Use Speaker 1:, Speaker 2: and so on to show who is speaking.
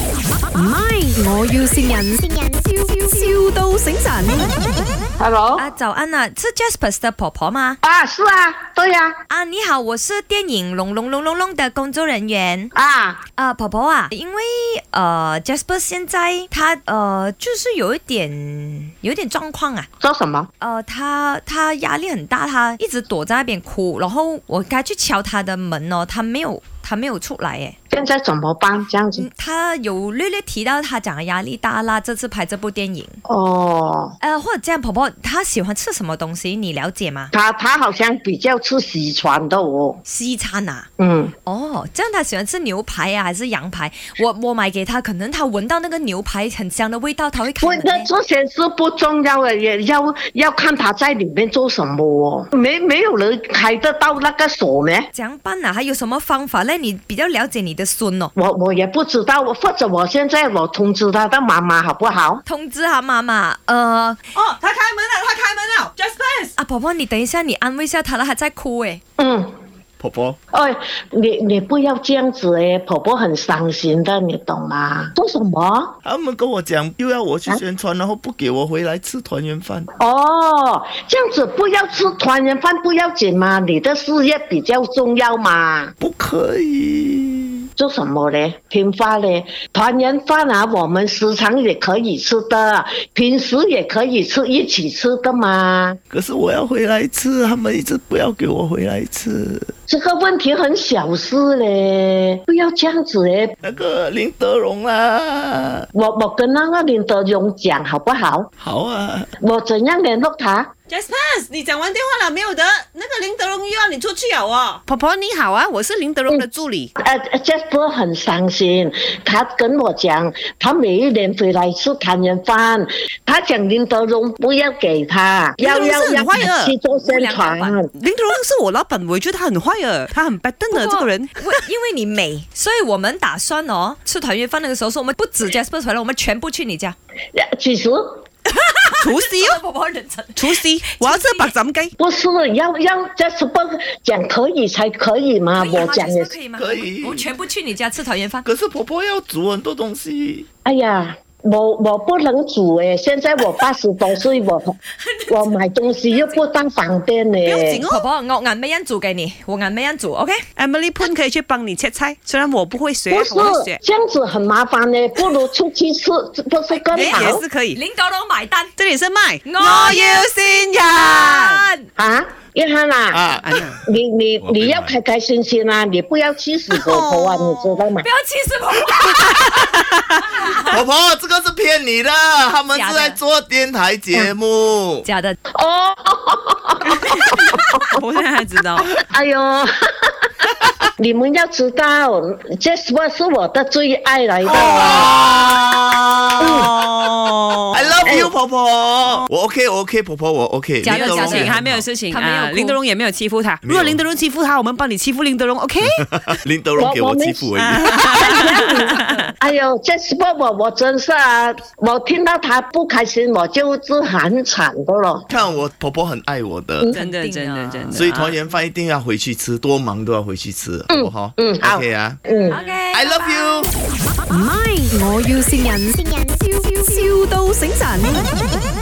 Speaker 1: 唔係，我要善人，笑笑到醒神。
Speaker 2: Hello，
Speaker 3: 啊，早安啊，是 Jasper 的婆婆吗？
Speaker 2: 啊，是啊，对呀、
Speaker 3: 啊，你好，我是电影《龙龙龙龙龙》的工作人员。
Speaker 2: 啊，
Speaker 3: 啊，婆婆啊，因为呃，Jasper 现在他呃就是有一点有一点状况啊，
Speaker 2: 做什么？
Speaker 3: 呃，他他压力很大，他一直躲在那边哭，然后我该去敲他的门哦，他没有他没有出来诶。
Speaker 2: 现在怎么办？这样子？
Speaker 3: 嗯，他有略略提到他讲的压力大啦，这次拍这部电影。
Speaker 2: 哦，
Speaker 3: 呃，或者这样，婆婆她喜欢吃什么东西，你了解吗？
Speaker 2: 他他好像比较吃四川的哦。
Speaker 3: 西餐啊。
Speaker 2: 嗯，
Speaker 3: 哦，这样他喜欢吃牛排啊，还是羊排？我我买给他，可能他闻到那个牛排很香的味道，他会开
Speaker 2: 我
Speaker 3: 门
Speaker 2: 的
Speaker 3: 呢。
Speaker 2: 这些是不重要的，也要要看他在里面做什么哦。没没有人开得到那个锁呢？
Speaker 3: 怎样办啊？还有什么方法呢？你比较了解你的孙哦，
Speaker 2: 我我也不知道，或者我现在我通知他的妈妈好不好？
Speaker 3: 通知他妈妈。呃，
Speaker 4: 哦，他开门了，他开门了，Jasper，
Speaker 3: 啊，婆婆，你等一下，你安慰一下他了，他在哭诶。
Speaker 2: 嗯。
Speaker 5: 婆婆，
Speaker 2: 哎，你你不要这样子哎，婆婆很伤心的，你懂吗？做什么？
Speaker 5: 他们跟我讲又要我去宣传，然后不给我回来吃团圆饭。
Speaker 2: 哦，这样子不要吃团圆饭不要紧嘛，你的事业比较重要嘛。
Speaker 5: 不可以。
Speaker 2: 做什么嘞？平发嘞？团圆饭啊，我们时常也可以吃的，平时也可以吃，一起吃的嘛。
Speaker 5: 可是我要回来吃，他们一直不要给我回来吃。
Speaker 2: 这个问题很小事嘞，不要这样子嘞。
Speaker 5: 那个林德荣啦，
Speaker 2: 我我跟那个林德勇讲好不好？
Speaker 5: 好啊，
Speaker 2: 我怎样联络他？
Speaker 4: Jasper，你讲完电话了没有的？那个林德荣又要你出去
Speaker 6: 啊
Speaker 4: 了哦。
Speaker 6: 婆婆你好啊，我是林德荣的助理。
Speaker 2: 呃，Jasper 很伤心，他跟我讲，他每一年回来吃团圆饭，他讲林德荣不要给他，
Speaker 6: 林
Speaker 2: 要
Speaker 6: 德荣
Speaker 2: 要
Speaker 6: 是
Speaker 2: 要
Speaker 6: 很坏哎的
Speaker 2: 去做宣传
Speaker 3: 无良。
Speaker 6: 林德荣是我老板，我觉得他很坏啊，他很 bad 的这个 人。
Speaker 3: 为因为你美，所以我们打算哦，吃团圆饭那个时候说，我们不止 Jasper 回来，我们全部去你家。
Speaker 2: 呃其实
Speaker 6: 厨师
Speaker 3: 啊
Speaker 6: 哦，
Speaker 3: 婆婆认真。
Speaker 6: 厨师， 我要吃白斩鸡。
Speaker 2: 不是要要 Jasper 讲可以才可以嘛，
Speaker 6: 哎
Speaker 3: 可以吗
Speaker 2: 我讲也
Speaker 3: Jasper
Speaker 2: 是，
Speaker 3: 可以吗？
Speaker 5: 可以
Speaker 3: 我们全部去你家吃团圆饭。
Speaker 5: 可是婆婆要煮很多东西，
Speaker 2: 哎呀。我我不能煮诶，现在我八十多岁， 我我买东西又不当方便呢。
Speaker 6: 不用紧
Speaker 3: 婆
Speaker 6: 哦
Speaker 3: 婆，我眼咩人煮给你，我眼咩人煮，OK？
Speaker 6: ，Emily Poon 可以去帮你切菜，虽然我不会学，
Speaker 2: 不
Speaker 6: 我
Speaker 2: 是
Speaker 6: 会学，
Speaker 2: 这样子很麻烦呢，不如出去吃，不是更
Speaker 6: 哎也
Speaker 2: 好
Speaker 6: 也是可以。
Speaker 3: 领导佬埋單。
Speaker 6: 这里是麦，
Speaker 3: 我
Speaker 6: 要先人。
Speaker 3: 아,
Speaker 2: 啊？约翰啊
Speaker 5: 啊
Speaker 6: 哎呀，
Speaker 2: 你你
Speaker 5: 我被
Speaker 2: 你要
Speaker 5: 骂
Speaker 2: 开开心心啊，你不要气死婆婆啊，你知道吗
Speaker 3: 不？要气死婆婆。
Speaker 5: 婆婆这个是骗你的，他们是在做电台节目。
Speaker 3: 假的，
Speaker 2: 哦，
Speaker 6: 我现在才知道，
Speaker 2: 哎呦， 你们要知道，Jasper 是我的最爱来的。
Speaker 5: 哦
Speaker 6: 哦，
Speaker 5: ，I love you，婆婆。我 OK，我 OK，婆婆，我 OK。
Speaker 3: 假的
Speaker 6: 没
Speaker 5: 林德
Speaker 6: 有
Speaker 5: 荣
Speaker 3: 假
Speaker 6: 事
Speaker 3: 的
Speaker 6: 情，
Speaker 5: 也
Speaker 6: 还
Speaker 5: 很
Speaker 6: 没有
Speaker 5: 好
Speaker 6: 事情
Speaker 3: 他没有
Speaker 6: 啊。
Speaker 3: 哭
Speaker 6: 林德荣也没有欺负他，如果林德荣欺负他，我们帮你欺负林德荣，OK？
Speaker 5: 林德荣给我欺负而已。
Speaker 2: 哎呦，Jasper 我我真是啊，我听到他不开心，我就是很惨的了。
Speaker 5: 看我婆婆很爱我
Speaker 2: 嗯
Speaker 5: 的，
Speaker 6: 真的，
Speaker 3: 肯定
Speaker 6: 真
Speaker 3: 啊
Speaker 6: 的，真的。
Speaker 5: 所以团圆饭一定要回去吃，多忙都要回去吃，好不好？
Speaker 2: 嗯好
Speaker 5: ，OK 啊
Speaker 2: 嗯。
Speaker 3: OK，
Speaker 5: ，I love you。
Speaker 1: 唔係，我要善人，笑笑到醒神。